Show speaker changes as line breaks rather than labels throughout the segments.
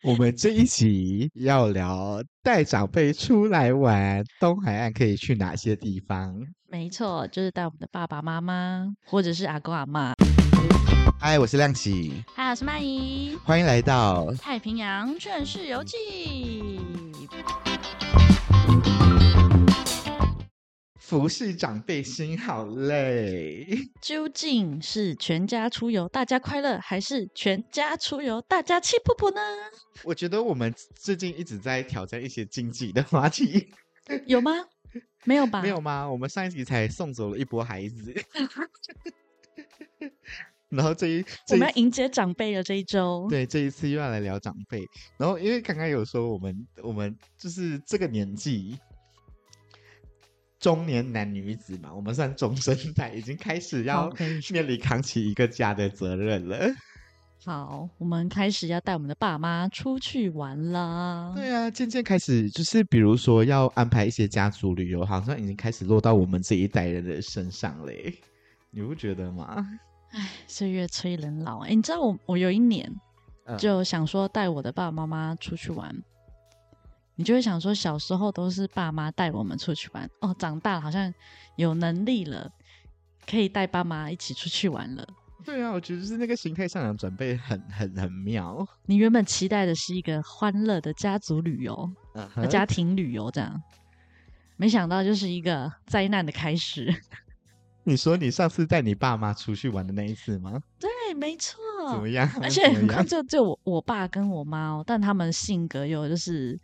我们这一集要聊带长辈出来玩，东海岸可以去哪些地方？
没错，就是带我们的爸爸妈妈或者是阿公阿妈。
嗨，我是亮启，
嗨，我是曼怡，
欢迎来到
《太平洋劝世游记》。
服侍长辈心好累。
究竟是全家出游大家快乐，还是全家出游大家气噗噗呢？
我觉得我们最近一直在挑战一些经济的话 题，
有吗？没有 吧？
没有。吗？我们上一集才送走了一波孩 子，然后这一
我
这一
们要迎接长辈的这一周。
对，这一次又要来聊长辈。然后因为刚刚有说我们我们就是这个年纪，中年男女子嘛，我们算中生代，已经开始
好嗯
要
可以
面临扛起一个家的责任了。
好，我们开始要带我们的爸妈出去玩啦。
对啊，渐渐开始就是比如说要安排一些家族旅游，好像已经开始落到我们这一代人的身上嘞。你不觉得吗？
岁月催人老。哎、你知道我我有一年
嗯
就想说带我的爸爸妈妈出去玩，你就会想说小时候都是爸妈带我们出去玩，哦，长大了好像有能力了，可以带爸妈一起出去玩了。
对啊，我觉得就是那个心态上的转变很很很妙。
你原本期待的是一个欢乐的家族旅游、
嗯
呃
哼
家庭旅游这样，没想到就是一个灾难的开始。
你说你上次带你爸妈出去玩的那一次吗？
对，没错。
怎么样？
而且
怎
很
么
快
样？
就就我我爸跟我妈哦，但他们性格有就是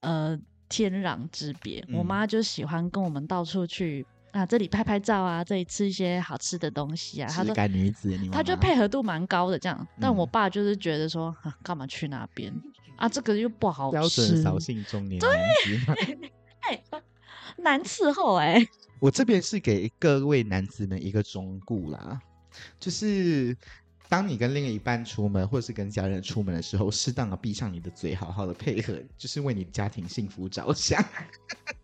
呃天壤之别。我
嗯
妈就喜欢跟我们到处去啊，这里拍拍照啊，这里吃一些好吃的东西啊。她
质
说
感女子，你妈
她就
妈
配合度蛮高的这样，但我
嗯
爸就是觉得说啊，干嘛去那边啊，这个又不好
标准
吃，
扫兴中年男子。
哎难伺候哎、
我这边是给各位男子们一个忠告啦，就是当你跟另一半出门，或是跟家人出门的时候，适当的闭上你的嘴，好好的配合，就是为你家庭幸福着想。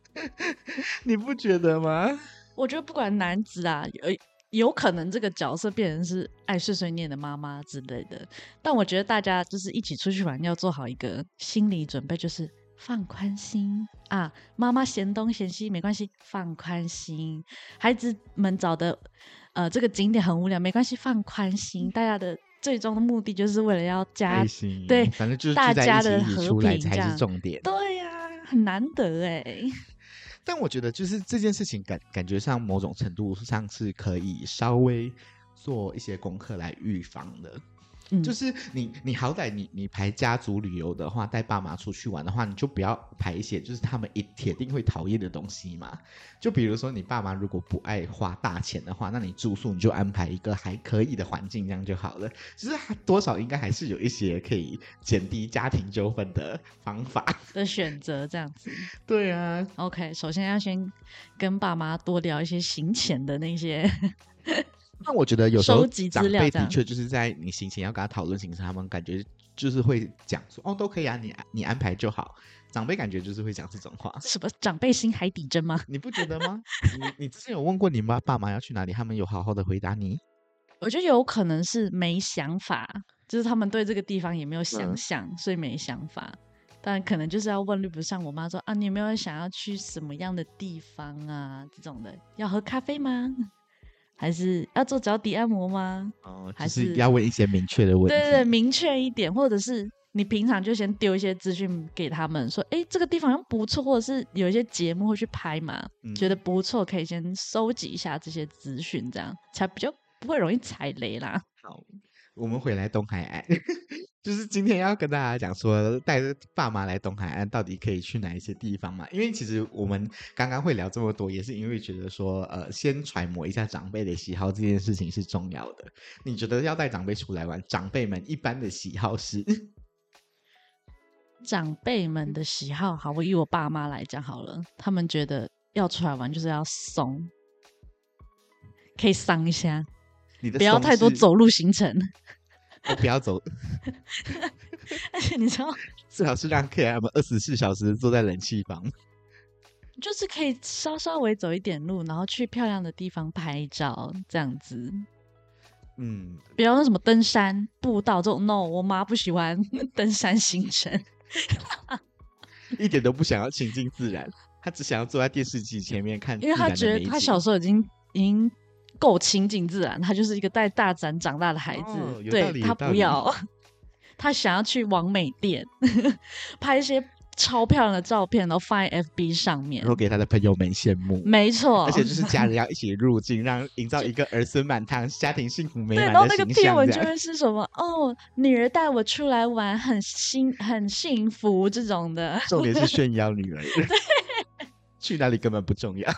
你不觉得吗？
我觉得不管男子啊，有有可能这个角色变成是爱碎碎念的妈妈之类的，但我觉得大家就是一起出去玩，要做好一个心理准备，就是放宽心啊。妈妈嫌东嫌西没关系，放宽心。孩子们找的呃这个景点很无聊没关系，放宽心。大家的最终的目的就是为了要加
开心，
对
反正就是
大
聚在
家
一起
的
一起
和
出来
平这
才是
样
重点。
对呀、很难得哎、
但我觉得就是这件事情感感觉上某种程度上是可以稍微做一些功课来预防的。
嗯，
就是你你好歹你你排家族旅游的话，带爸妈出去玩的话，你就不要排一些就是他们一铁定会讨厌的东西嘛。就比如说你爸妈如果不爱花大钱的话，那你住宿你就安排一个还可以的环境，这样就好了。其实还多少应该还是有一些可以减低家庭纠纷的方法。
嗯的选择这样子。
对啊，
OK，首先要先跟爸妈多聊一些行前的那些
那我觉得有时候
收集资
长
料
辈
这
的
样
确就是在你行前要跟他讨论行程，他们感觉就是会讲说哦都可以啊，你你安排就好。长辈感觉就是会讲这种话，
什么长辈心海底针吗？
你不觉得吗？你你之前有问过你妈爸妈要去哪里，他们有好好的回答你。
我觉得有可能是没想法，就是他们对这个地方也没有想
嗯
象，所以没想法。但可能就是要问绿不上我妈说啊，你有没有想要去什么样的地方啊？这种的，要喝咖啡吗？ 还是要做脚底按摩吗？
哦，就
还
是
是
要问一些明确的问题。
对对对，明确一点，或者是你平常就先丢一些资讯给他们，说，哎，这个地方好像不错，或者是有一些节目会去拍嘛，
嗯
觉得不错，可以先收集一下这些资讯，这样才比较不会容易踩雷啦。
好，我们回来东海岸， 就是今天要跟大家讲说，带着爸妈来东海岸到底可以去哪一些地方嘛？因为其实我们刚刚会聊这么多，也是因为觉得说，呃，先揣摩一下长辈的喜好这件事情是重要的。你觉得要带长辈出来玩，长辈们一般的喜好是？
长辈们的喜好，好，我以我爸妈来讲好了，他们觉得要出来玩就是要松，可以桑一下，
你的
不要
松
太多
是，
走路行程，
哦不要走，
而且你知道。
最好是让 K M 二十四小时坐在冷气房。
就是可以稍稍微走一点路，然后去漂亮的地方拍照，这样子。
嗯，
不要那什么登山步道这种，no，我妈不喜欢 登山行程。
一点都不想要亲近自然，他只想要坐在电视机前面看自
因为
然的
他
美景。
觉得他小时候已经已经够亲近自然，他就是一个在大自然长大的孩子，
哦有道理
对
有
他
道
不
理
要， 他想要去王美店 拍一些超漂亮的照片，然后放在 FB 上面
然。后给他的朋友们羡慕。
没错，
而且就是家人要一起入境，让营造一个儿孙满堂、家庭幸福美
对，
满
然后
的
那个
形
贴
象。
文
这
就
样
会是什么哦，女儿带我出来玩，很幸很幸福这种的，
重点是炫耀女儿， 去哪里根本不重要。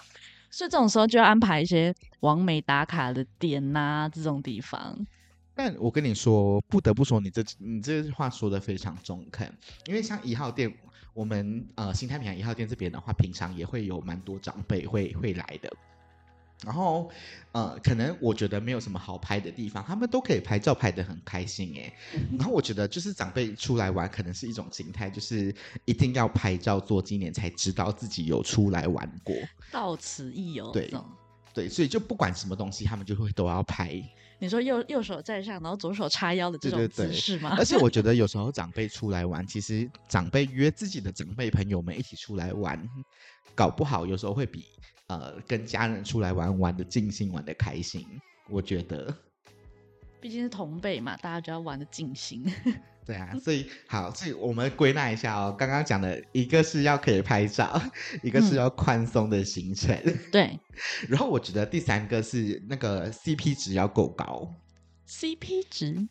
所以这种时候就要安排一些完美打卡的点呐、这种地方。
但我跟你说，不得不说，你这你这句话说的非常中肯，因为像一号店，我们呃新太平洋一号店这边的话，平常也会有蛮多长辈会会来的。然后，呃，可能我觉得没有什么好拍的地方，他们都可以拍照，拍的很开心哎。然后我觉得，就是长辈出来玩，可能是一种心态，就是一定要拍照做纪念，才知道自己有出来玩过。
到此一游，
对
这种
对，所以就不管什么东西，他们就会都要拍。
你说右右手在上，然后左手叉腰的这
对对
种姿
对
势 吗？
而且我觉得有时候长辈出来玩，其实长辈约自己的长辈朋友们一起出来玩，搞不好有时候会比呃跟家人出来玩玩的尽兴，玩的开心。我觉得，
毕竟是同辈嘛，大家就要玩的尽 兴。
对啊，所以好，所以我们归纳一下哦，刚刚讲的一个是要可以拍照， 一个是
嗯
要宽松的行程，
对
然后我觉得第三个是那个 CP 值要够高。
，CP 值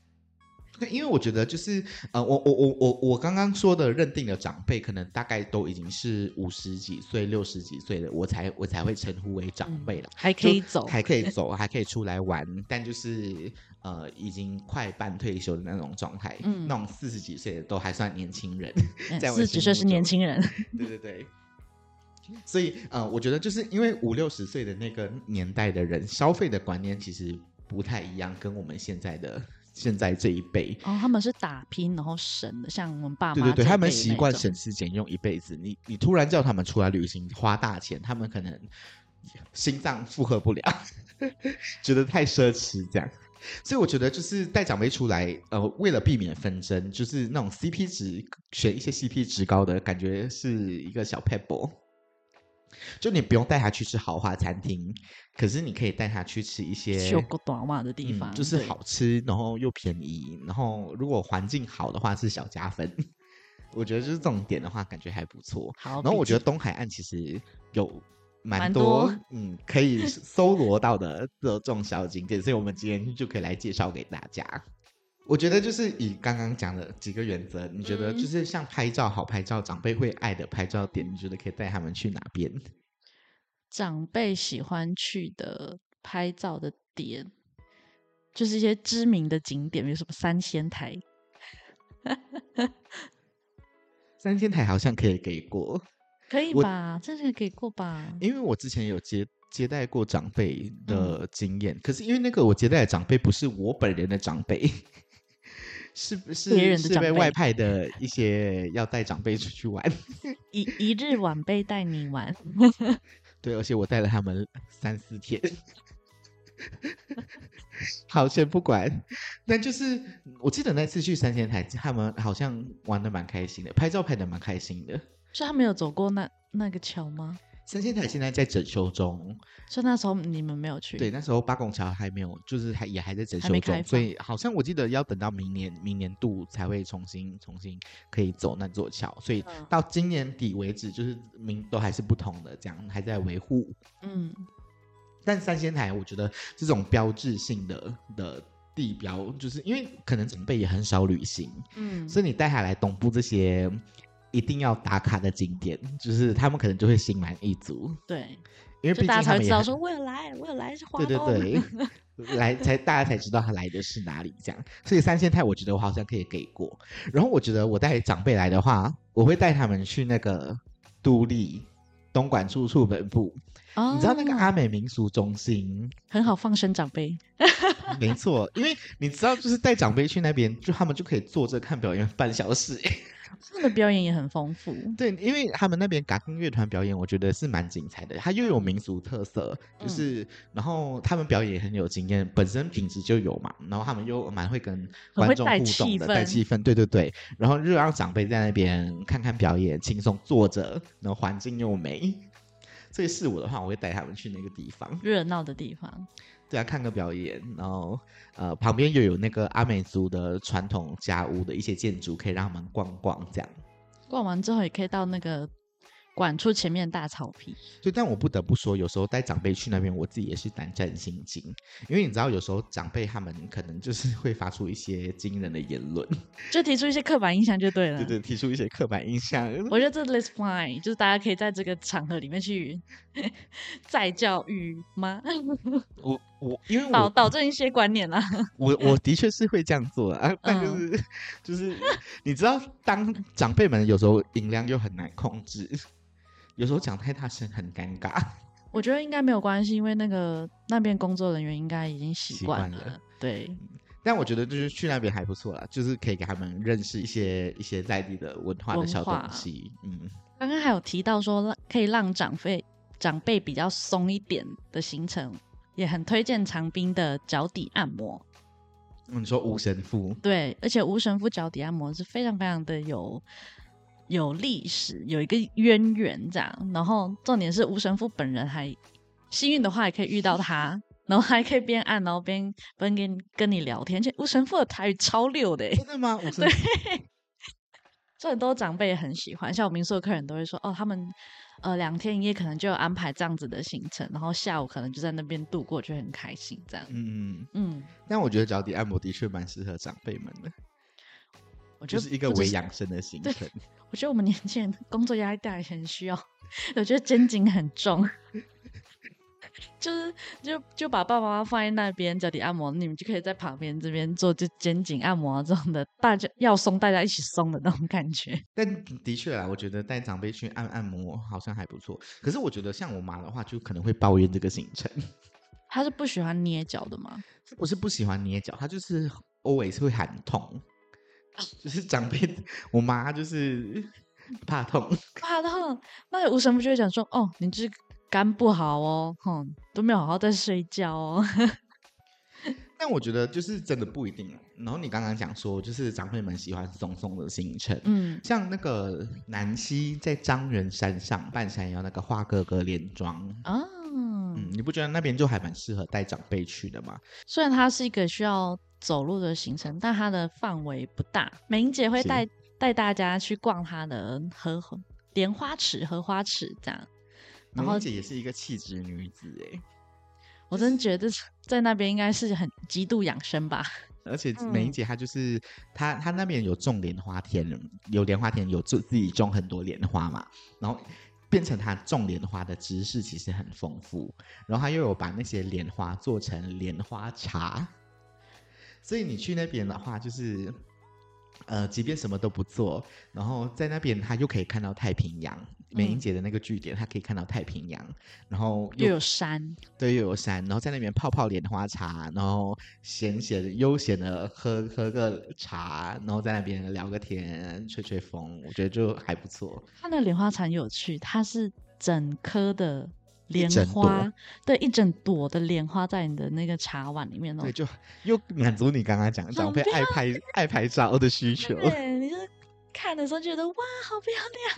对，因为我觉得就是呃，我我我我我刚刚说的认定的长辈，可能大概都已经是五十几岁、六十几岁的，我才我才会称呼为长辈了。
还
就
嗯可以走，
还可以走，还可以出来玩，但就是呃，已经快半退休的那种状态，
嗯
那种四十几岁的都还算年轻人。 在我
四
心
十
目
岁嗯是年
中
轻人，
对对对。所以，呃，我觉得就是因为五六十岁的那个年代的人，消费的观念其实不太一样，跟我们现在的现在这一辈，
哦，他们是打拼然后省的，像我们爸妈
对对对，
这
他
一
们
辈的
习
那
惯
种
省吃俭用一辈子。你你突然叫他们出来旅行花大钱，他们可能心脏负荷不了， 觉得太奢侈这样。所以我觉得就是带长辈出来，呃，为了避免纷争，就是那种 CP 值选一些 CP 值高的感觉是一个小 pebble。就你不用带他去吃豪华餐厅，可是你可以带他去吃一些
修过短袜的地
嗯
方，
就是
对
好吃，然后又便宜，然后如果环境好的话是小加分。 我觉得就是这种点的话，感觉还不错。
好，
然后我觉
得
得东海岸其实有蛮
蛮
多
多
嗯可以搜罗到的这种小景点，所以我们今天就可以来介绍给大家。我觉得就是以刚刚讲的几个原则，你觉得
嗯
就是像拍照好拍照，长辈会爱的拍照点，你觉得可以带他们去哪边？
长辈喜欢去的拍照的点，就是一些知名的景点，比如什么三仙台，
三千台好像可以给过，
可以
我
吧？这个给过吧？
因为我之前有接接待过长辈
嗯
的经验，可是因为那个我接待的长辈不是我本人的长辈， 是不是
别人的
是
长
被
辈
外派的一些要带长辈出去玩？
一一日晚辈带你玩，
对，而且我带了他们三四天。好，先不管。但就是我记得那次去三千台，他们好像玩的蛮开心的，拍照拍的蛮开心的。
所以他没有走过那那个桥吗？
三千台现在在整修中，
所以那时候你们没有去，
对，，那时候八拱桥还没有，就是还也还在整
还
修
没
中，
开
所以好像我记得要等到明年明年度才会重新重新可以走那座桥，所以
嗯
到今年底为止，就是明都还是不同的，这样还在维护。
嗯，
但三仙台，我觉得这种标志性的的地标，就是因为可能长辈也很少旅行，
嗯，
所以你带他来东部这些一定要打卡的景点，就是他们可能就会心满意足，
对，
因为毕
就
竟
大家
他
才
们
会
也
知道
很
说我有来，我有来是花
对
东，
对 对，来才大家才知道他来的是哪里这样。所以三线菜我觉得我好像可以给过。然后我觉得我带长辈来的话，我会带他们去那个都立东莞处处本部，
哦
你知道那个阿美民俗中心？
很好放生长辈，
没错，因为你知道，就是带长辈去那边，就他们就可以坐着看表演半小时。
他们的表演也很丰富。
对，因为他们那边嘎根乐团表演，我觉得是蛮精彩的。它又有民俗特色，
嗯
就是、然后他们表演也很有经验，本身品质就有嘛，然后他们又蛮会跟
很
观
会
众
带
互动
气
的，带
氛
气氛。对对对，然后又让长辈在那边看看表演，轻松坐着，然后环境又美。这是我的话，我会带他们去那个地方。
热闹的地方，
对啊，看个表演，然后呃，旁边又有那个阿美族的传统家屋的一些建筑，可以让他们逛逛这样。
逛完之后也可以到那个管处前面的大草皮，
对，但我不得不说，有时候带长辈去那边，我自己也是胆战心惊，因为你知道，有时候长辈他们可能就是 会发出一些惊人的言论，
就提出一些刻板印象就对了。
对对，提出一些刻板印象。
嗯我觉得这 list fine，就是大家可以在这个场合里面去 再教育吗？
我我因为
导
我
导正一些观念啦。
我我的确是会这样做的啊，但就
嗯
是、就是 你知道，当长辈们有时候音量又很难控制，有时候讲太大声很尴尬。
我觉得应该没有关系，因为那个那边工作人员应该已经
习
习惯
惯了
对，
但我觉得就是去那边还不错啦，就是可以给他们认识一些一些在地的文化的
文
小东
化
西。嗯，
刚刚还有提到说让可以让长辈长辈比较松一点的行程，也很推荐长滨的脚底按摩。
嗯你说无神父，
对，而且吴神父脚底按摩是非常非常的有有历史，有一个渊源这样。然后重点是吴神父本人还幸运的话，还可以遇到他，然后还可以边按然后边边跟跟你聊天。而且吴神父的台语超溜的欸，
真的 吗？无神父，
这很多长辈也很喜欢，像我民宿的客人都会说，哦，他们呃两天一夜可能就有安排这样子的行程，然后下午可能就在那边度过，就很开心这样。
嗯，
嗯，
但我觉得脚底按摩的确蛮适合长辈们的，
我觉
就
得
是一个
不只
为养生的行程。
我觉得我们年轻人工作压力大也很需要， 我觉得肩颈很重。 就是就就把爸爸妈妈放在那边脚底按摩，你们就可以在旁边这边做就肩颈按摩啊这种的，大家要松大家一起松的那种感觉。
但的确啦，我觉得带长辈去按按摩好像还不错。可是我觉得像我妈的话，就可能会抱怨这个行程。
他是不喜欢捏脚的吗？
她不是不喜欢捏脚，她就是 always 会喊痛，就是长辈，我妈就是怕痛。
怕痛。那吴神父就会讲说：“哦，你这肝不好哦，哼，都没有好好在睡觉哦。
但我觉得就是真的不一定啊。然后你刚刚讲说，就是长辈们喜欢松松的行程”，
嗯，
像那个南溪在张元山上半山腰那个华哥哥连庄，
啊，
嗯，你不觉得那边就还蛮适合带长辈去的吗？
虽然它是一个需要走路的行程，但它的范围不大。美英姐会
是
带带大家去逛它的荷莲花池、荷花池这样。然后
梅姐也是一个气质女子哎、
我真觉得在那边应该是很极度养生吧。
而且梅英
嗯
姐她就是、她，她那边有种莲花田，有莲花田有自自己种很多莲花嘛，然后变成她种莲花的知识其实很丰富，然后她又有把那些莲花做成莲花茶，所以你去那边的话就是。呃，即便什么都不做，然后在那边她又可以看到太平洋。梅英
嗯
姐的那个据点，她可以看到太平洋，然后
又有山，
对，又有山，然后在那边泡泡莲花茶，然后闲闲地悠闲的喝喝个茶，然后在那边聊个天，吹吹风，我觉得就还不错。
它那莲花茶很有趣，它是整颗的
一
莲
整朵
花，对，一整朵的莲花在你的那个茶碗里面哦
对，。就又满足你刚刚讲长
很
辈爱拍爱拍照的需求。
对，你就是看的时候觉得哇，好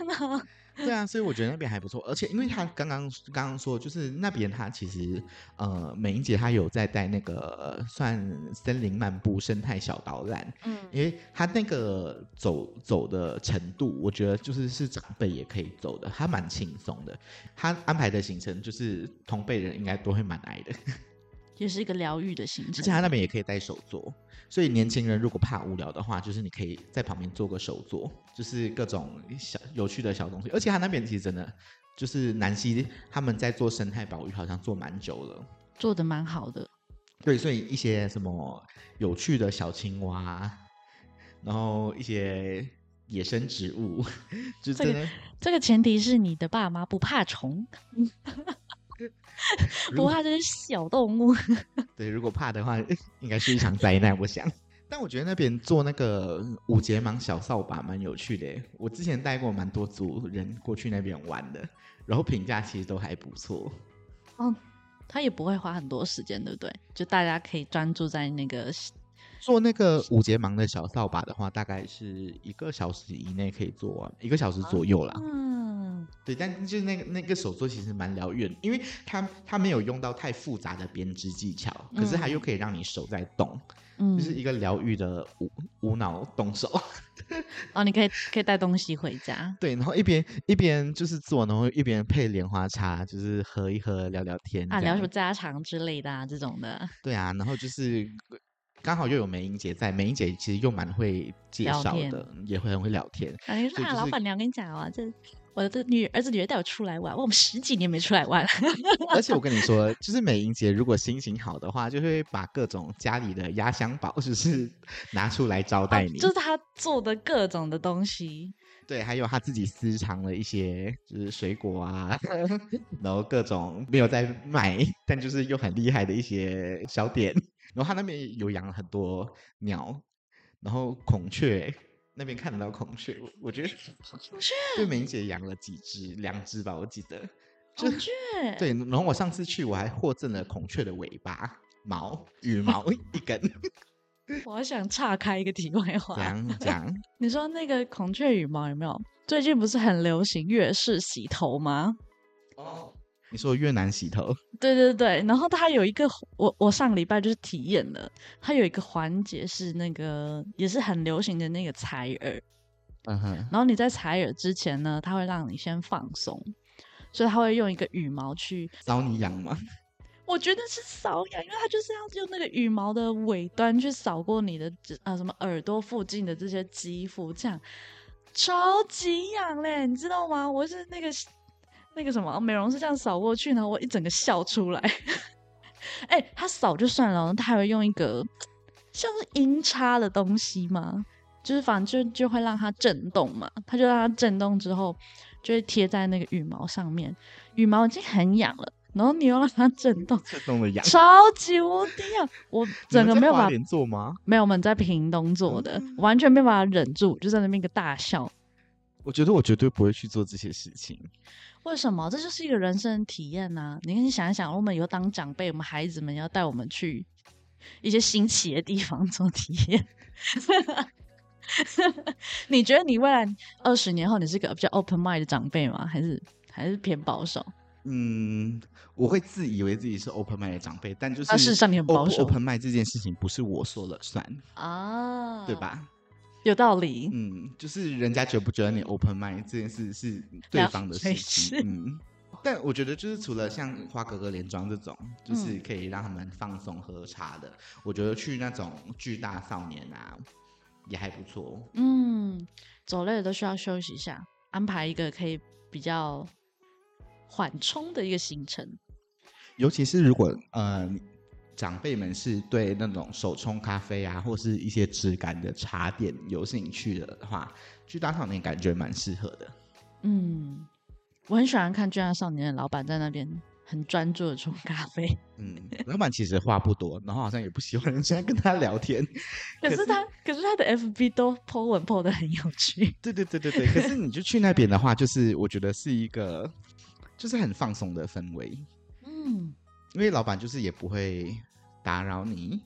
漂亮啊！
对啊，所以我觉得那边还不错，而且因为他刚刚刚刚说，就是那边他其实呃，美英姐她有在带那个算森林漫步生态小导览，
嗯，
因为他那个走走的程度，我觉得就是是长辈也可以走的，他蛮轻松的。他安排的行程就是同辈人应该都会蛮爱的，
也是一个疗愈的行
而且他
程。
那边也可以带手作，所以年轻人如果怕无聊的话，就是你可以在旁边做个手作，就是各种小有趣的小东西。而且他那边其实真的就是南溪他们在做生态保育，好像做蛮久了。
做的蛮好的，
对，所以一些什么有趣的小青蛙，然后一些野生植物，就
这
真
个
的
这个前提是你的爸妈不 怕虫，
如
不
果
怕这些小动物。
对，如果怕的话，应该是一场灾难，我想。但我觉得那边做那个五节芒小扫把蛮有趣的耶，我之前带过蛮多组人过去那边玩的，然后评价其实都还不错。
他也不会花很多时间，对不对？就大家可以专注在那个
做那个五节芒的小扫把的话，大概是一个小时以内可以做完，一个小时左右啦。
嗯，
对，但就是那个那个手作其实蛮疗愈的，因为它它没有用到太复杂的编织技巧，可是它又可以让你手在动，
嗯
就是一个疗愈的无无脑动手。
哦，你可以可以带东西回家，
对，然后一边一边就是做，然后一边配莲花茶，就是喝一喝，聊聊天
啊，
这
聊
样
什么家常之类的啊，这种的
对啊，然后就是刚好又有梅英姐在，梅英姐其实又蛮会介
聊
绍
天
的，也会很会聊 天。
啊，你说
对
啊，
就
老
是
板娘，我跟你讲啊，这我的女儿子女儿带我出来玩，哇我们十几年没出来玩了，
而且我跟你说，就是美英姐如果心情好的话，就会把各种家里的压箱宝， 就是拿出来招 待你。
就是她做的各种的东西，
对，还有她自己私藏了一些，就是水果啊， 然后各种没有在卖，但就是又很厉害的一些小点。然后她那边有养很多鸟，然后孔雀。那边看得到孔雀，我我觉得
孔雀，
对美英姐养了几只，两只吧，我记得。就
孔雀，
对，然后我上次去我还获赠了孔雀的尾巴毛羽 毛一根，
我想岔开一个题外
怎
话，
样怎样？
你说那个孔雀羽毛有没有？最近不是很流行越式洗头吗？
哦，你说越南洗头，
对对对，然后它有一个，我我上礼拜就是体验了，它有一个环节是那个也是很流行的那个采耳，
嗯哼，
然后你在采耳之前呢，它会让你先放松，所以它会用一个羽毛去，
搔你痒吗？
我觉得是搔痒，因为它就是要用那个羽毛的尾端去扫过你的呃什么耳朵附近的这些肌肤，这样超级痒嘞，你知道吗？我是那个那个什么哦美容是这样扫过去呢，我一整个笑出来。 哎、他扫就算了，他还会用一个像是音叉的东西嘛，就是反正就就会让它震动嘛，它就让它震动之后，就会贴在那个羽毛上面，羽毛已经很痒了，然后你又让它震动，
这 弄的痒。
超级无敌痒，我啊整个没有办法
脸做吗？
没有，我们在屏东做的，完全没有办法忍住，就在那边一个大笑。
我觉得我绝对不会去做这些事情。
为什么？这就是一个人生体验呐、你看，你想一想，我们以后当长辈，我们孩子们要带我们去一些新奇的地方做体验。 你觉得你未来二十年后，你是个比较 open mind 的长辈吗？还是还是偏保守？
嗯，我会自以为自己是 open mind 的长辈，但就是
啊事实上你很
o-
保守
open mind 这件事情不是我说了算，
啊，
对？吧？
有道理。
嗯，就是人家觉不觉得你 open mind 这件事是对
了
方的
解
事情。
是
嗯，但我觉得就是除了像花格格连庄这种，
嗯
就是可以让他们放松喝茶的，我觉得去那种巨大少年啊也还不错。
嗯，走累了都需要休息一下，安排一个可以比较缓冲的一个行程。
尤其是如果呃长辈们是对那种手冲咖啡啊，或是一些质感的茶点有兴趣的话，巨大少年感觉蛮适合的。
嗯，我很喜欢看《巨大少年》的老板在那边很专注的冲咖啡，
嗯，老板其实话不多，然后好像也不喜欢人家跟他聊天。
可
可
是他可是他的 FB 都 po 文 po 的很有趣。
对对对对对，可是你就去那边的话，就是我觉得是一个，就是很放松的氛围，
嗯，
因为老板就是也不会打扰你，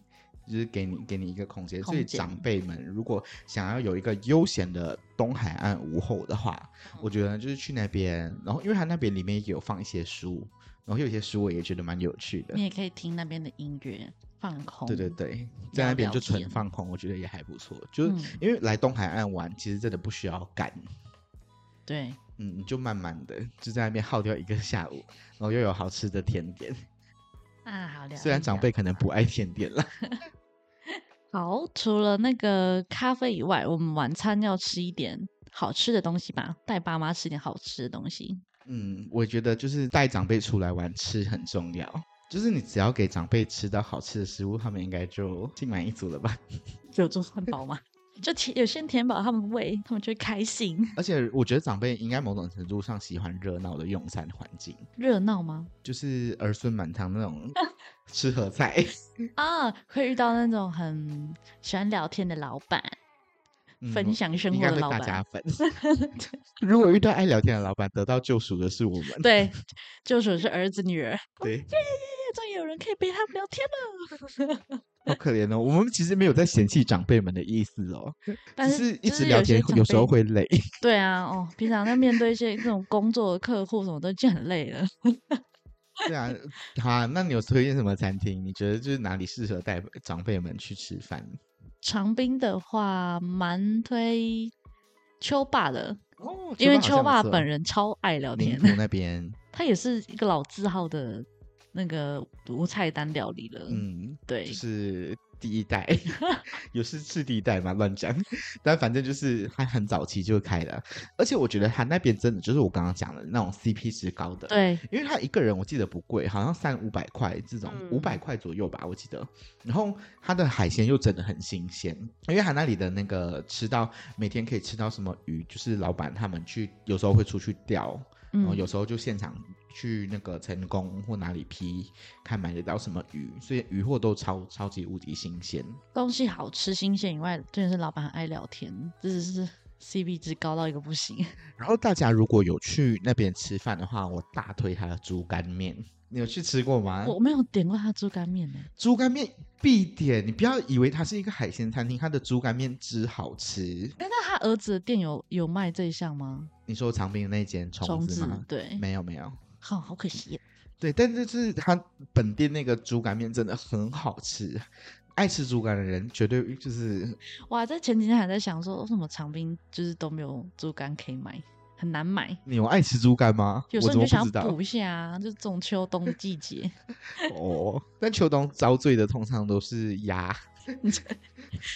就是给你给你一个空间。所以
空间
长辈们如果想要有一个悠闲的东海岸午后的话，我觉得就是去那边，然后因为他那边里面也有放一些书，然后有一些书我也觉得蛮有趣的
你。嗯也可以听那边的音乐放空。
对对，对，在那边就纯放空，我觉得也还不错。就是
嗯
因为来东海岸玩，其实真的不需要赶
对，
嗯，你就慢慢的就在那边耗掉一个下午，然后又有好吃的甜点。
啊，好聊一聊。
虽然长辈可能不爱甜点啦，
好，除了那个咖啡以外，我们晚餐要吃一点好吃的东西吧，带爸妈吃点好吃的东西。
嗯，我觉得就是带长辈出来玩吃很重要。就是你只要给长辈吃到好吃的食物，他们应该就心满意足了吧？
有做汉堡吗？就填有先填饱他们胃，他们就会开心。
而且我觉得长辈应该某种程度上喜欢热闹的用餐环境，
热闹吗？
就是儿孙满堂那 种吃喝菜。
啊，会遇到那种很喜欢聊天的老板，
嗯
分享生
应
活
该
的
会
老
大
板
加。 分。如果遇到爱聊天的老板，得到救赎的是我们。
对，就属是儿子女儿，哎
对，
终于有人可以陪他们聊天了。
好可怜哦。我们其实没有在嫌弃长辈们的意思哦，
但
只
是
一
就
直
是
聊
有些
天，有
长
时候
辈
会累。
对啊，哦，平常在面对一些这种工作的客户什么都已经很累了。
对啊，好啊，那你有推荐什么餐厅？你觉得就是哪里适合带长辈们去吃饭？
长滨的话，蛮推秋爸的，
哦，
因为
秋
秋
爸
爸本人超爱聊
宁
天
浦， 那边，
他也是一个老字号的那个无菜单料理了。嗯，
嗯，
对
就，是第一 代，有是是第一代嘛，乱讲。但反正就是他很早期就开了，而且我觉得他那边真的就是我刚刚讲的那种 CP 值高的。。
对，
因为他一个人我记得不贵，好像三五百块这种，
嗯
五百块左右吧，我记得。然后他的海鲜又真的很新鲜，因为他那里的那个吃到每天可以吃到什么鱼，就是老板他们去有时候会出去钓，然后
嗯，
有时候就现场去那个成功或哪里批，看买得到什么鱼，所以鱼货都超超级无敌新鲜。
东西好吃新鲜以外，真的是老板很爱聊天，这只是 CP 值高到一个不行。
然后大家如果有去那边吃饭的话，我大推他的猪肝面。你有去吃过吗？
我没有点过他猪肝面呢、
猪肝面必点，你不要以为它是一个海鲜餐厅，它的猪肝面之好吃。
哎，那他儿子的店有有卖这一项吗？
你说长滨的那间虫
虫
子吗？
对，
没有没有，
好好可惜耶。
对，但是就是它本店那个猪肝面真的很好吃，爱吃猪肝的人绝对就是
哇，在前几天还在想说，为什么长滨就是都没有猪肝可以买，很难买。
你有爱吃猪肝吗？
有时候
我
你就
怎么
想
不知
要
道
补一下啊，就是中秋冬的季节，
哦。但秋冬遭罪的通常都是鸭、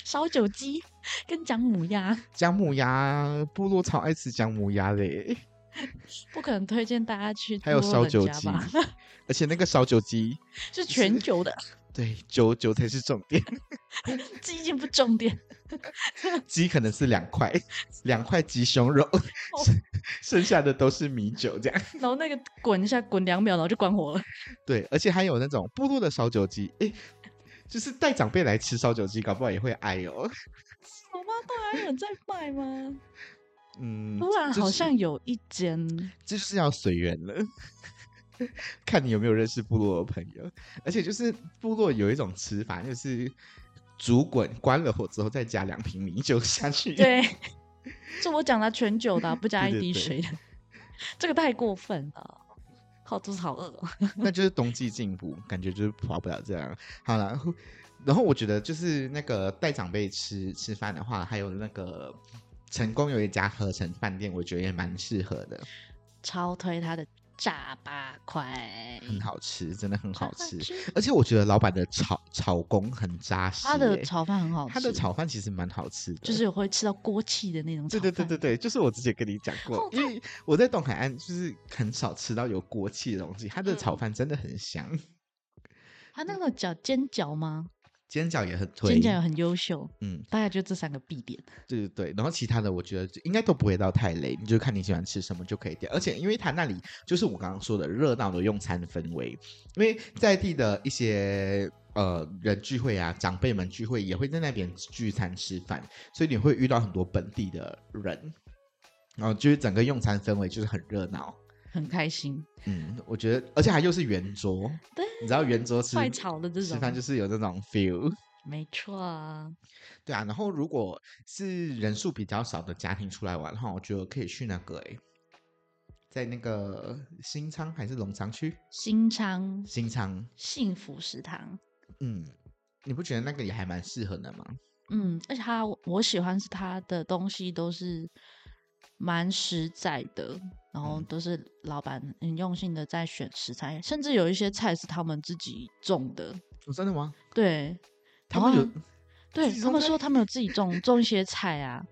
烧酒鸡跟姜母鸭，
姜母鸭，部落超爱吃姜母鸭嘞，
不可能推荐大家去
还有
多
烧
人
酒
家
鸡
吧，
而且那个烧酒鸡，
是全球的，
对，酒酒才是重点。
这已经不重点。
鸡可能是两块， 两块鸡胸肉，
哦
剩剩下的都是米酒这样。
然后那个滚一下，滚两秒，然后就关火了。
对，而且还有那种部落的烧酒鸡，诶，就是带长辈来吃烧酒鸡，搞不好也会爱哦。
我妈豆芽啊有人在卖吗？
嗯，
突然
这
好
是
像有一间，
这就是要随缘了， 看你有没有认识部落的朋友。而且就是部落有一种吃法，就是煮滚关了火之后再加两瓶米酒下去。，
对，这我讲的全酒的啊、不加
对
一
对
滴
对
水的， 这个太过分了。好，肚子好饿、哦。
那就是冬季进补，感觉就是跑不了这样。好了，然后我觉得就是那个带长辈吃吃饭的话，还有那个成功有一家合成饭店，我觉得也蛮适合的，
超推他的炸八块，
很好吃，真的很嗯 好
炸八
吃。
吃
而且我觉得老板的炒炒工很扎实、
他的
欸
炒饭很好吃，
他的炒饭其实蛮好吃的，
就是会吃到锅气的那种炒
对对
饭。
对对对，就是我之前跟你讲过
好，
因为我在东海岸就是很少吃到有锅气的东西，它的炒
嗯
饭真的很香，
他那个叫煎饺吗？
煎饺也很推，
煎饺也很优秀，
嗯，
大概就这三个必点。
对对对，然后其他的我觉得就应该都不会到太累，你就看你喜欢吃什么就可以点。而且因为它那里就是我刚刚说的热闹的用餐氛围，因为在地的一些呃人聚会啊，长辈们聚会也会在那边聚餐吃饭，所以你会遇到很多本地的人，然后就是整个用餐氛围就是很热闹。
很开心，
嗯，我觉得，而且还又是圆桌，
对
你知道圆桌吃
快炒的这种
吃饭就是有这种 feel。
没错啊。
对啊，然后如果是人数比较少的家庭出来玩的话，我觉得可以去那个诶，在那个新仓还是龙仓区？
新昌
新仓，
幸福食堂，
嗯，你不觉得那个也还蛮适合的吗？
嗯，而且他我喜欢是他的东西都是蛮实在的，然后
嗯
都是老板很用心的在选食材，甚至有一些菜是他们自己种的，
哦、真的吗？
对，
他
然
们
后
有
对
自己
他
种
们
菜
说他们有自己种种一些菜啊，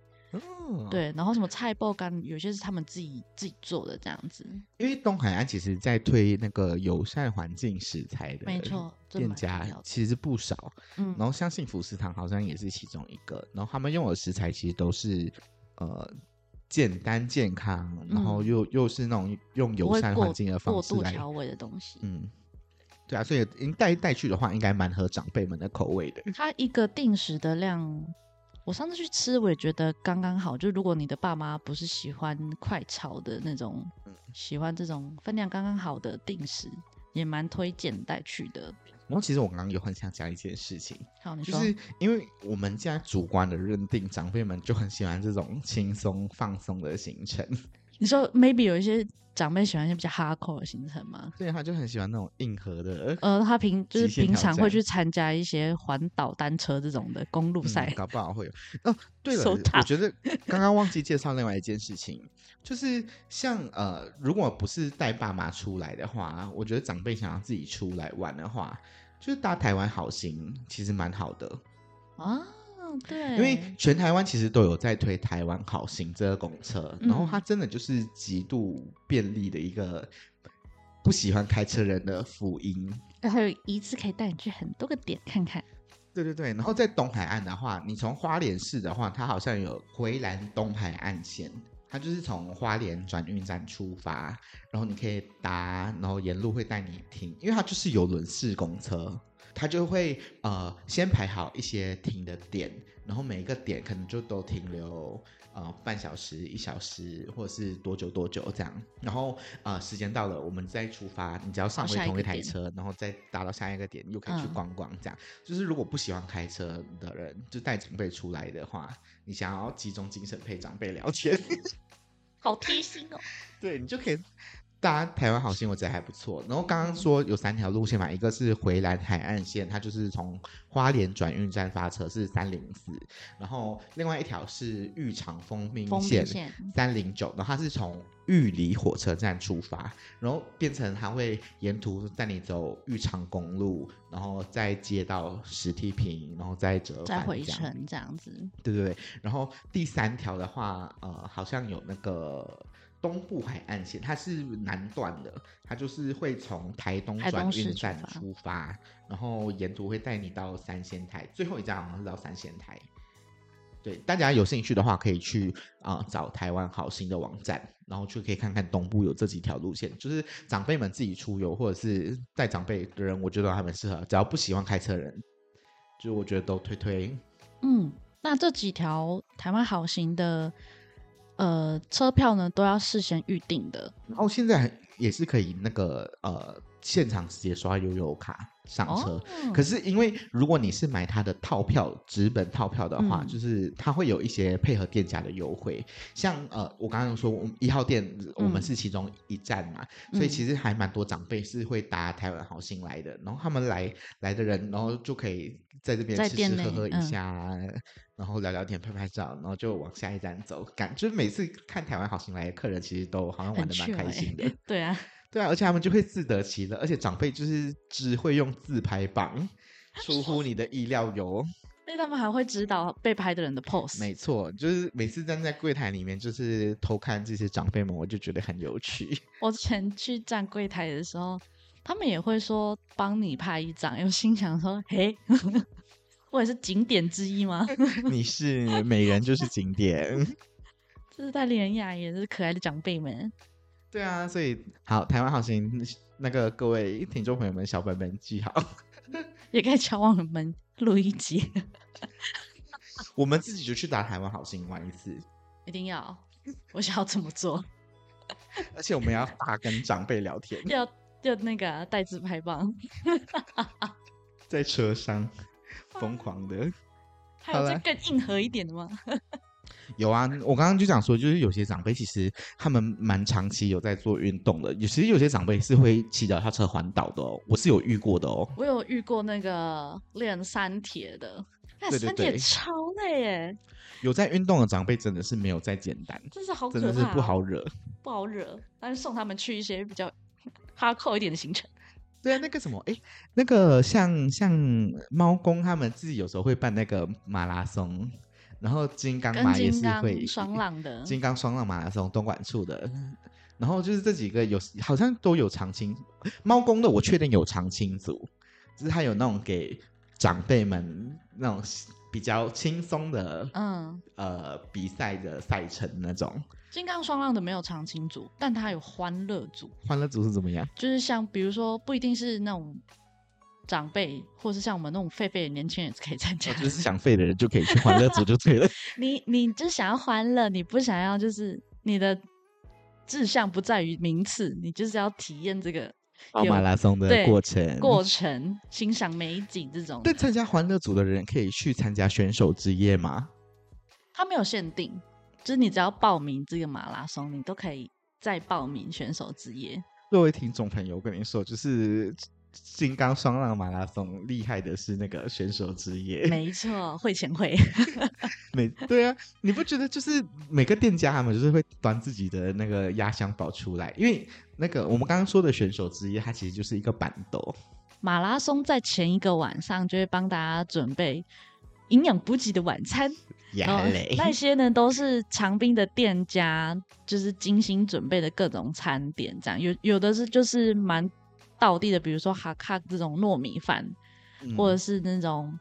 哦，，
对，然后什么菜爆干，有些是他们自己自己做的这样子，
因为东海岸其实在推那个友善环境食材的，
没错这
店
蛮重
家
要的
其实不少。
嗯
然后像幸福食堂好像也是其中一个，然后他们用的食材其实都是呃简单健康，然后
嗯
又、又是那种用
不
友
会
善
过
环境的方
过
式
度
来，
调味的东西。
嗯，对啊，所以应带带去的话，应该蛮合长辈们的口味 的。
它一个定时的量，我上次去吃，我也觉得刚刚好。就如果你的爸妈不是喜欢快炒的那种，
嗯
喜欢这种分量刚刚好的定时，也蛮推荐带去的。
然后其实我刚刚有很想讲一件事情，
好，你
就
说，
是因为我们家主观的认定，长辈们就很喜欢这种轻松放松的行程，
嗯你说 maybe 有一些长辈喜欢一些比较 hardcore 的行程吗？
所以他就很喜欢那种硬核的。
呃，他平就是
极限
平
挑
常会
战
去参加一些环岛单车这种的公路
嗯
赛，
搞不好会有。哦，对了
So
我
tough
觉得刚刚忘记介绍另外一件事情， 就是像呃，如果不是带爸妈出来的话，我觉得长辈想要自己出来玩的话，就是搭台湾好行其实蛮好的，
啊，对，
因为全台湾其实都有在推台湾好行这个公车，然后它真的就是极度便利的一个。不喜欢开车人的福音，
还有一次可以带你去很多个点看看。
对对对。然后在东海岸的话，你从花莲市的话，它好像有回蓝东海岸线，它就是从花莲转运站出发，然后你可以搭，然后沿路会带你停，因为它就是游轮式公车，它就会呃先排好一些停的点，然后每一个点可能就都停留呃半小时、一小时，或者是多久多久这样。然后呃时间到了，我们再出发，你只要上
到
回
哦下一
同
个
一台
点
车，然后再搭到下一个点，又可以去
嗯
逛逛这样。就是如果不喜欢开车的人，就带长辈出来的话，你想要集中精神陪长辈聊天。
好贴心哦！
对你就可以搭台湾好行，我觉得还不错。然后刚刚说有三条路线嘛，一个是回蓝海岸线，它就是从花莲转运站发车是三零四，然后另外一条是玉长风明
风
线
明线
三零九，然后它是从玉里火车站出发，然后变成它会沿途带你走玉长公路，然后再接到石梯坪，然后再折
再
返
回
这样
程这样子，
对对对，然后第三条的话，呃，好像有那个东部海岸线，它是南段的，它就是会从台东
台
转
东
运
市出
站
发
出发，然后沿途会带你到三仙台，最后一站好像是到三仙台。对，大家有兴趣的话，可以去啊、呃找台湾好心的网站，然后去可以看看东部有这几条路线，就是长辈们自己出游或者是带长辈的人，我觉得还蛮适合，只要不喜欢开车的人，就我觉得都推推。
嗯，那这几条台湾好行的呃车票呢，都要事先预定的
然后现在也是可以那个呃，现场直接刷悠游卡上车。
哦。
可
是
是因为如果你是买它的套票纸本套票的话，
嗯
就是它会有一些配合店家的优惠，像呃，我刚刚有说我们一号店我
嗯
们是其中一站嘛，所以其实还蛮多长辈是会搭台湾好心来的，然后他们来来的人，然后就可以在这边
在
吃
店
吃喝
内
喝一
嗯
下，然后聊聊天、拍拍照，然后就往下一站走。感就是每次看台湾好心来的客人，其实都好像玩
很欸
的蛮
趣
开
味
心的。
对啊，
对啊，而且他们就会自得其乐，而且长辈就是只会用自拍棒，出乎你的意料哟。
所以他们还会指导被拍的人的 pose。
没错，就是每次站在柜台里面，就是偷看这些长辈们，我就觉得很有趣。
我之前去站柜台的时候，他们也会说帮你拍一张，我心想说，嘿， 我也是景点之一吗？
你是美人就是景点，
这是太令人讶异了，这是可爱的长辈们。
对啊，所以好，台湾好行，那个各位听众朋友们，小本本记好，
也可以敲我们录一集，
我们自己就去打台湾好行玩一次，
一定要，我想要怎么做？
而且我们要大跟长辈聊天，
要要那个啊带自拍棒，
在车上疯狂的。
还有
好
这
啦
更硬核一点的吗？
有啊，我刚刚就讲说，就是有些长辈其实他们蛮长期有在做运动的，有其实有些长辈是会骑脚踏车环岛的哦，我是有遇过的哦。
我有遇过那个练三铁的，那
对对
三
对
铁超累耶，
有在运动的长辈真的是没有再简单，
真是好可
真
怕、
的是不好惹。
不好惹。但是送他们去一些比较 哈扣一点的行程，
对啊，那个什么，哎，那个像像猫公他们自己有时候会办那个马拉松，然后金刚
跟
马也
金
是
刚
会
双浪的，
金刚双浪马拉松东莞处的，然后就是这几个有好像都有常青，猫公的我确定有常青组，就是他有那种给长辈们那种比较轻松的、
嗯，
呃比赛的赛程那种。
金刚双浪的没有长青组，但它有欢乐组，
欢乐组是怎么 样？
就是像比如说不一定是那种长辈，或是像我们那种狒狒的年轻人是可以参加
我
的。
哦就是想废的人就可以去欢乐组就对了。
你你就想要欢乐，你不想要就是你的志向不在于名次，你就是要体验这个
跑
有
马拉松的
对
过程，
过程，欣赏美景这种。
对参加欢乐组的人可以去参加选手之夜吗？
它没有限定，就是你只要报名这个马拉松，你都可以再报名选手之夜。
各位听众朋友，我跟你说，就是金刚双浪马拉松厉害的是那个选手之夜，
没错，会前会。
每对啊，你不觉得就是每个店家他们就是会端自己的那个压箱宝出来，因为那个我们刚刚说的选手之夜，它其实就是一个板
哦
豆，
马拉松在前一个晚上就会帮大家准备营养补给的晚餐，然
呀
后
嘞，
那些呢都是长滨的店家就是精心准备的各种餐点，这样有有的是就是蛮道地的，比如说哈卡这种糯米饭，
嗯
或者是那种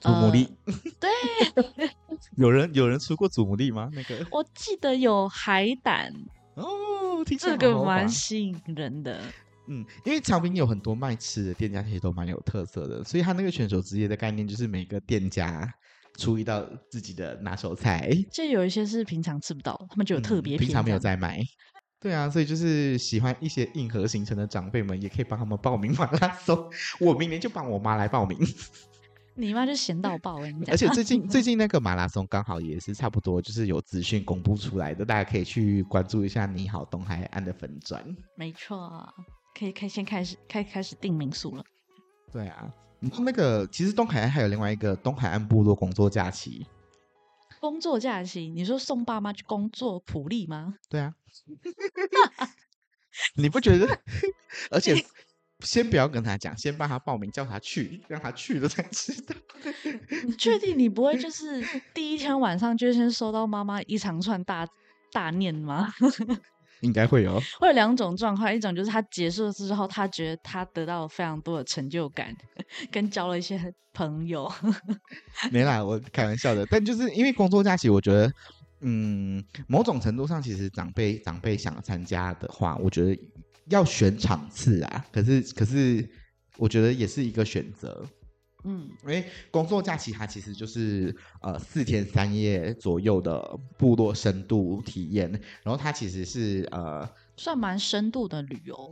祖母
力。
绿，对， 有人有人出过祖母绿吗？那个
我记得有海胆，
哦，听起
这
来好
个
豪华
蛮吸引人的。
嗯，因为长滨有很多卖吃的店家，其实都蛮有特色的，所以他那个选手之夜的概念就是每个店家出一道自己的拿手菜，
就有一些是平常吃不到，他们就有特
嗯
别、
平常没有。在卖。对啊，所以就是喜欢一些硬核行程的长辈们，也可以帮他们报名马拉松。我明年就帮我妈来报名，
你妈就闲到爆，我欸跟你讲。
而且最近最近那个马拉松刚好也是差不多，就是有资讯公布出来的，大家可以去关注一下“你好东海岸”的粉砖。
没错，可以开先开始开开始订民宿了。
对啊，然后那个其实东海岸还有另外一个东海岸部落工作假期。
工作假期，你说送爸妈去工作普利吗？
对啊， 你不觉得？ 而且先不要跟他讲，先帮他报名，叫他去，让他去了才知道。
你确定你不会就是第一天晚上就先收到妈妈一长串大大念吗？
应该会有，
会有两种状况，一种就是他结束之后，他觉得他得到了非常多的成就感，跟交了一些朋友。
没啦，我开玩笑的。但就是因为工作假期，我觉得，嗯，某种程度上，其实长辈长辈想参加的话，我觉得要选场次啊。可是可是，我觉得也是一个选择。
嗯，
因为工作假期它其实就是呃四天三夜左右的部落深度体验，然后它其实是呃
算蛮深度的旅游。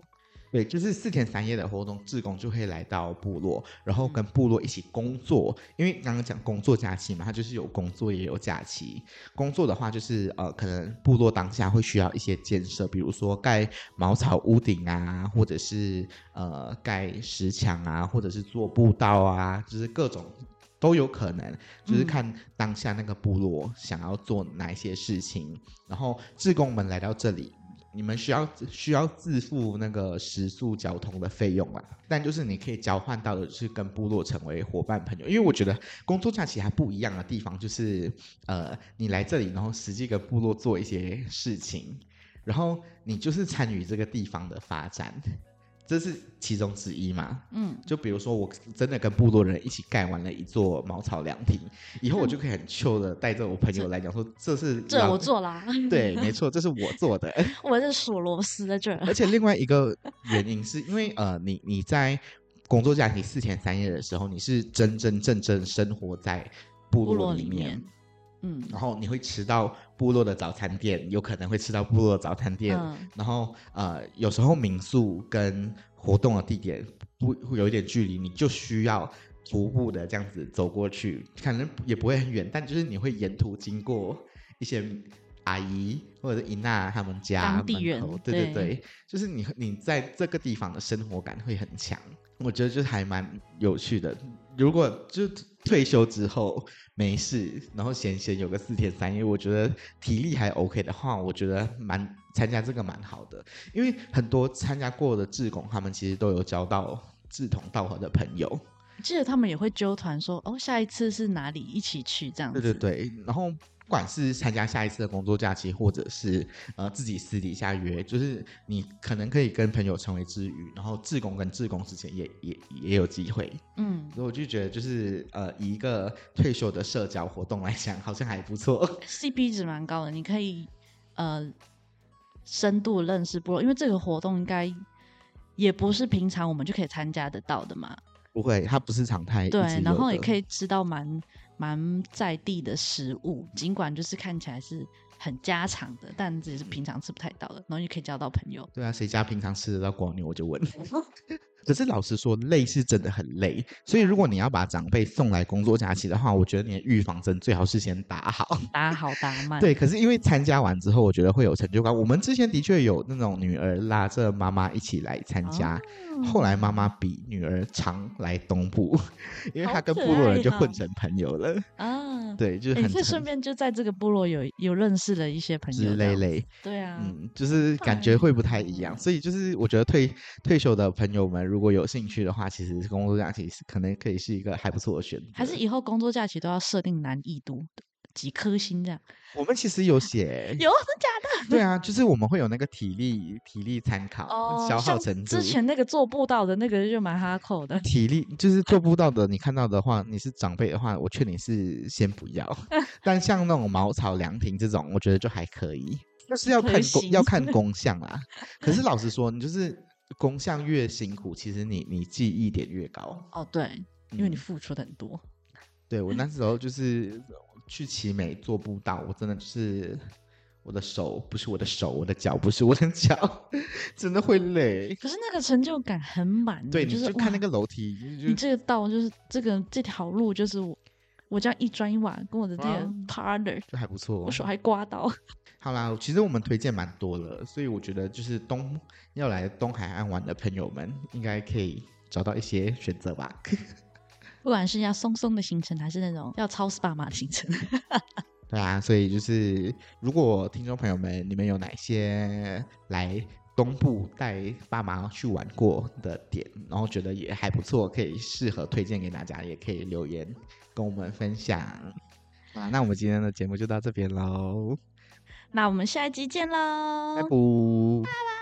对，就是四天三夜的活动，志工就会来到部落，然后跟部落一起工作。因为刚刚讲工作假期嘛，它就是有工作也有假期。工作的话，就是呃，可能部落当下会需要一些建设，比如说盖茅草屋顶啊，或者是呃盖石墙啊，或者是做步道啊，就是各种。都有可能，就是
嗯
看当下那个部落想要做哪一些事情，然后志工们来到这里，你们需要需要自付那个食宿交通的费用啦，但就是你可以交换到的是跟部落成为伙伴朋友，因为我觉得工作假期还不一样的地方就是，呃，你来这里然后实际跟部落做一些事情，然后你就是参与这个地方的发展，这是其中之一嘛。
嗯，
就比如说，我真的跟部落人一起盖完了一座茅草凉亭，以后我就可以很 chill 的带着我朋友来讲说，这是
这
老
我，做啦，
对，没错，这是我做的。
我这锁螺丝在这儿。
而且另外一个原因是因为呃，你你在工作假期四天三夜的时候，你是真真正正生活在部
部
落
落
里
里
面，
面嗯
然后你会吃到部落的早餐店，有可能会吃到部落的早餐店，
嗯
然后呃，有时候民宿跟活动的地点不会有一点距离，你就需要徒步的这样子走过去，可能也不会很远，但就是你会沿途经过一些阿姨或者是姨娜他们家
当地
门
人
口，对对
对
对，就是你你在这个地方的生活感会很强，我觉得就是还蛮有趣的。如果就退休之后没事，然后闲闲有个四天三夜，我觉得体力还 OK 的话，我觉得蛮参加这个蛮好的，因为很多参加过的志工，他们其实都有交到志同道合的朋友，
记得他们也会揪团说，哦，下一次是哪里一起去这样子。
对对对，然后不管是参加下一次的工作假期，或者是呃自己私底下约，就是你可能可以跟朋友成为之余，然后志工跟志工之间也也也有机会。
嗯，
所以我就觉得，就是呃，以一个退休的社交活动来讲，好像还不错。
CP 值蛮高的，你可以呃深度认识部落，因为这个活动应该也不是平常我们就可以参加得到的嘛。
不会，它不是常态。
对，然后也
以。
可以吃到蛮蛮在地的食物，尽管就是看起来是很家常的，但这也是平常吃不太到的，然后也可以交到朋 友。
对啊，谁家平常吃得到光牛，我就问。 可是老实说，累是真的很累，所以如果你要把长辈送来工作假期的话，我觉得你的预防针最好是先打好。
打好打满，
对，可是因为参加完之后，我觉得会有成就感。我们之前的确有那种女儿拉着妈妈一起来参加，
哦
后来妈妈比女儿常来东部， 因为
好
她跟
可
部落
爱
人就
哦
混成朋友了。
啊，
对，就是
诶
很
你可以
成
顺便就在这个部落有有认识了一些朋友
之类
这样，
类，
对啊，
嗯，就是感觉会不太一样。所以就是我觉得退退休的朋友们，如果有兴趣的话，其实工作假期是可能可以是一个还不错的选择。
还是以后工作假期都要设定难易度几颗星这 样，，
我们其实有写
有真假的？
对啊，就是我们会有那个体力体力参考、消耗程度
哦之。前那个做步道的那个就蛮哈 扣的，
体力就是做不到的，你看到的话，你是长辈的话，我劝你是先不 要。但像那种茅草凉亭这种，我觉得就还可以，就是要看
可
功
行
要看功项啦。可是老实说，你就是功项越辛苦，其实你你记忆点越高。
哦对，因为
嗯
你付出的很多，
对我那时候就是去奇美做步道，我真的就是我的手不是我的手，我的脚不是我的脚，真的会累。
可是那个成就感很满，欸
对，你
就是
就看那
哇
个楼梯，你就
你这个道就是这个这条路就是我我这样一砖一瓦跟我的这个
哇哦
partner，
就还不错。
我手还刮到，
好啦，其实我们推荐蛮多了，所以我觉得就是东要来东海岸玩的朋友们，应该可以找到一些选择吧。
不管是要松松的行程还是那种要超 SPA 嘛的行程，
对啊，所以就是如果听众朋友们，你们有哪些来东部带爸妈去玩过的点，然后觉得也还不错，可以适合推荐给大家，也可以留言跟我们分享。啊，那我们今天的节目就到这边喽，
那我们下一集见喽，
拜拜。